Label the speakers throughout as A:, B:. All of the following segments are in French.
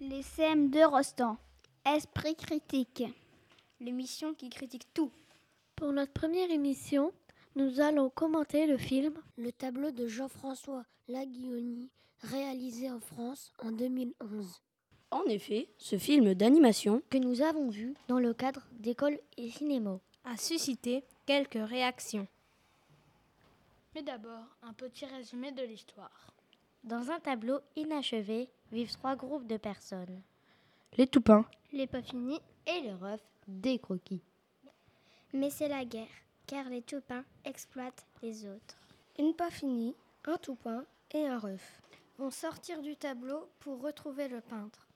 A: Les SEM de Rostand. Esprit critique.
B: L'émission qui critique tout.
C: Pour notre première émission, nous allons commenter le film
D: Le tableau de Jean-François Laguioni, réalisé en France en 2011.
E: En effet, ce film d'animation
F: que nous avons vu dans le cadre d'écoles et cinéma
G: a suscité quelques réactions.
H: Mais d'abord, un petit résumé de l'histoire.
F: Dans un tableau inachevé vivent trois groupes de personnes.
E: Les toupins,
I: les pas finis
F: et le ref des croquis.
I: Mais c'est la guerre, car les toupins exploitent les autres. Une pas finie, un toupin et un ref
B: vont sortir du tableau pour retrouver le peintre.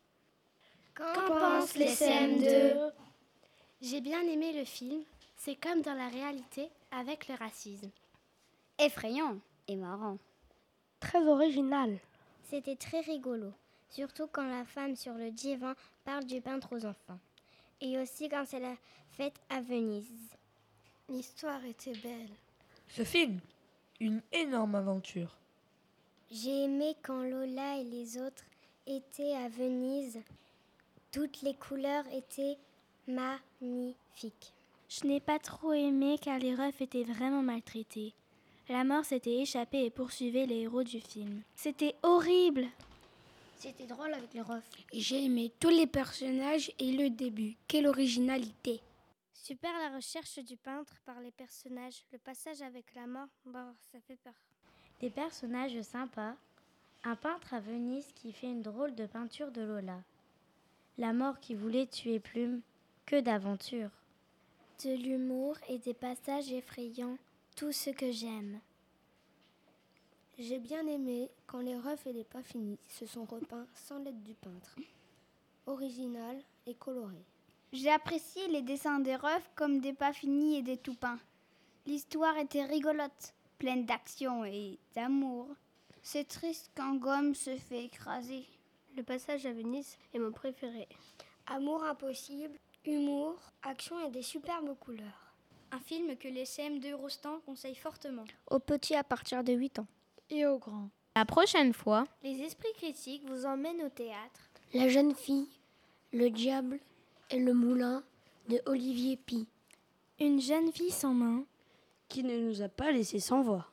J: Qu'en pensent les CM2
I: J'ai bien aimé le film, c'est comme dans la réalité avec le racisme.
E: Effrayant et marrant.
C: Très original.
I: C'était très rigolo, surtout quand la femme sur le divan parle du peintre aux enfants. Et aussi quand c'est la fête à Venise.
B: L'histoire était belle.
K: Ce film, une énorme aventure.
I: J'ai aimé quand Lola et les autres étaient à Venise. Toutes les couleurs étaient magnifiques.
L: Je n'ai pas trop aimé car les refs étaient vraiment maltraités. La mort s'était échappée et poursuivait les héros du film. C'était horrible
B: C'était drôle avec les refs.
M: J'ai aimé tous les personnages et le début. Quelle originalité
I: Super la recherche du peintre par les personnages. Le passage avec la mort, bon, ça fait peur
F: des personnages sympas, un peintre à Venise qui fait une drôle de peinture de Lola, la mort qui voulait tuer Plume, que d'aventure.
I: De l'humour et des passages effrayants, tout ce que j'aime.
B: J'ai bien aimé quand les refs et les pas finis se sont repeints sans l'aide du peintre, original et coloré.
A: J'ai apprécié les dessins des refs comme des pas finis et des toupins. L'histoire était rigolote pleine d'action et d'amour. C'est triste quand Gomme se fait écraser.
I: Le passage à Venise est mon préféré.
B: Amour impossible, humour, action et des superbes couleurs.
H: Un film que les CM2 Rostand conseillent fortement.
I: Aux petits à partir de 8 ans.
G: Et aux grands. La prochaine fois,
I: les esprits critiques vous emmènent au théâtre.
D: La jeune fille, le diable et le moulin de Olivier Pi.
L: Une jeune fille sans main
E: qui ne nous a pas laissé sans voix.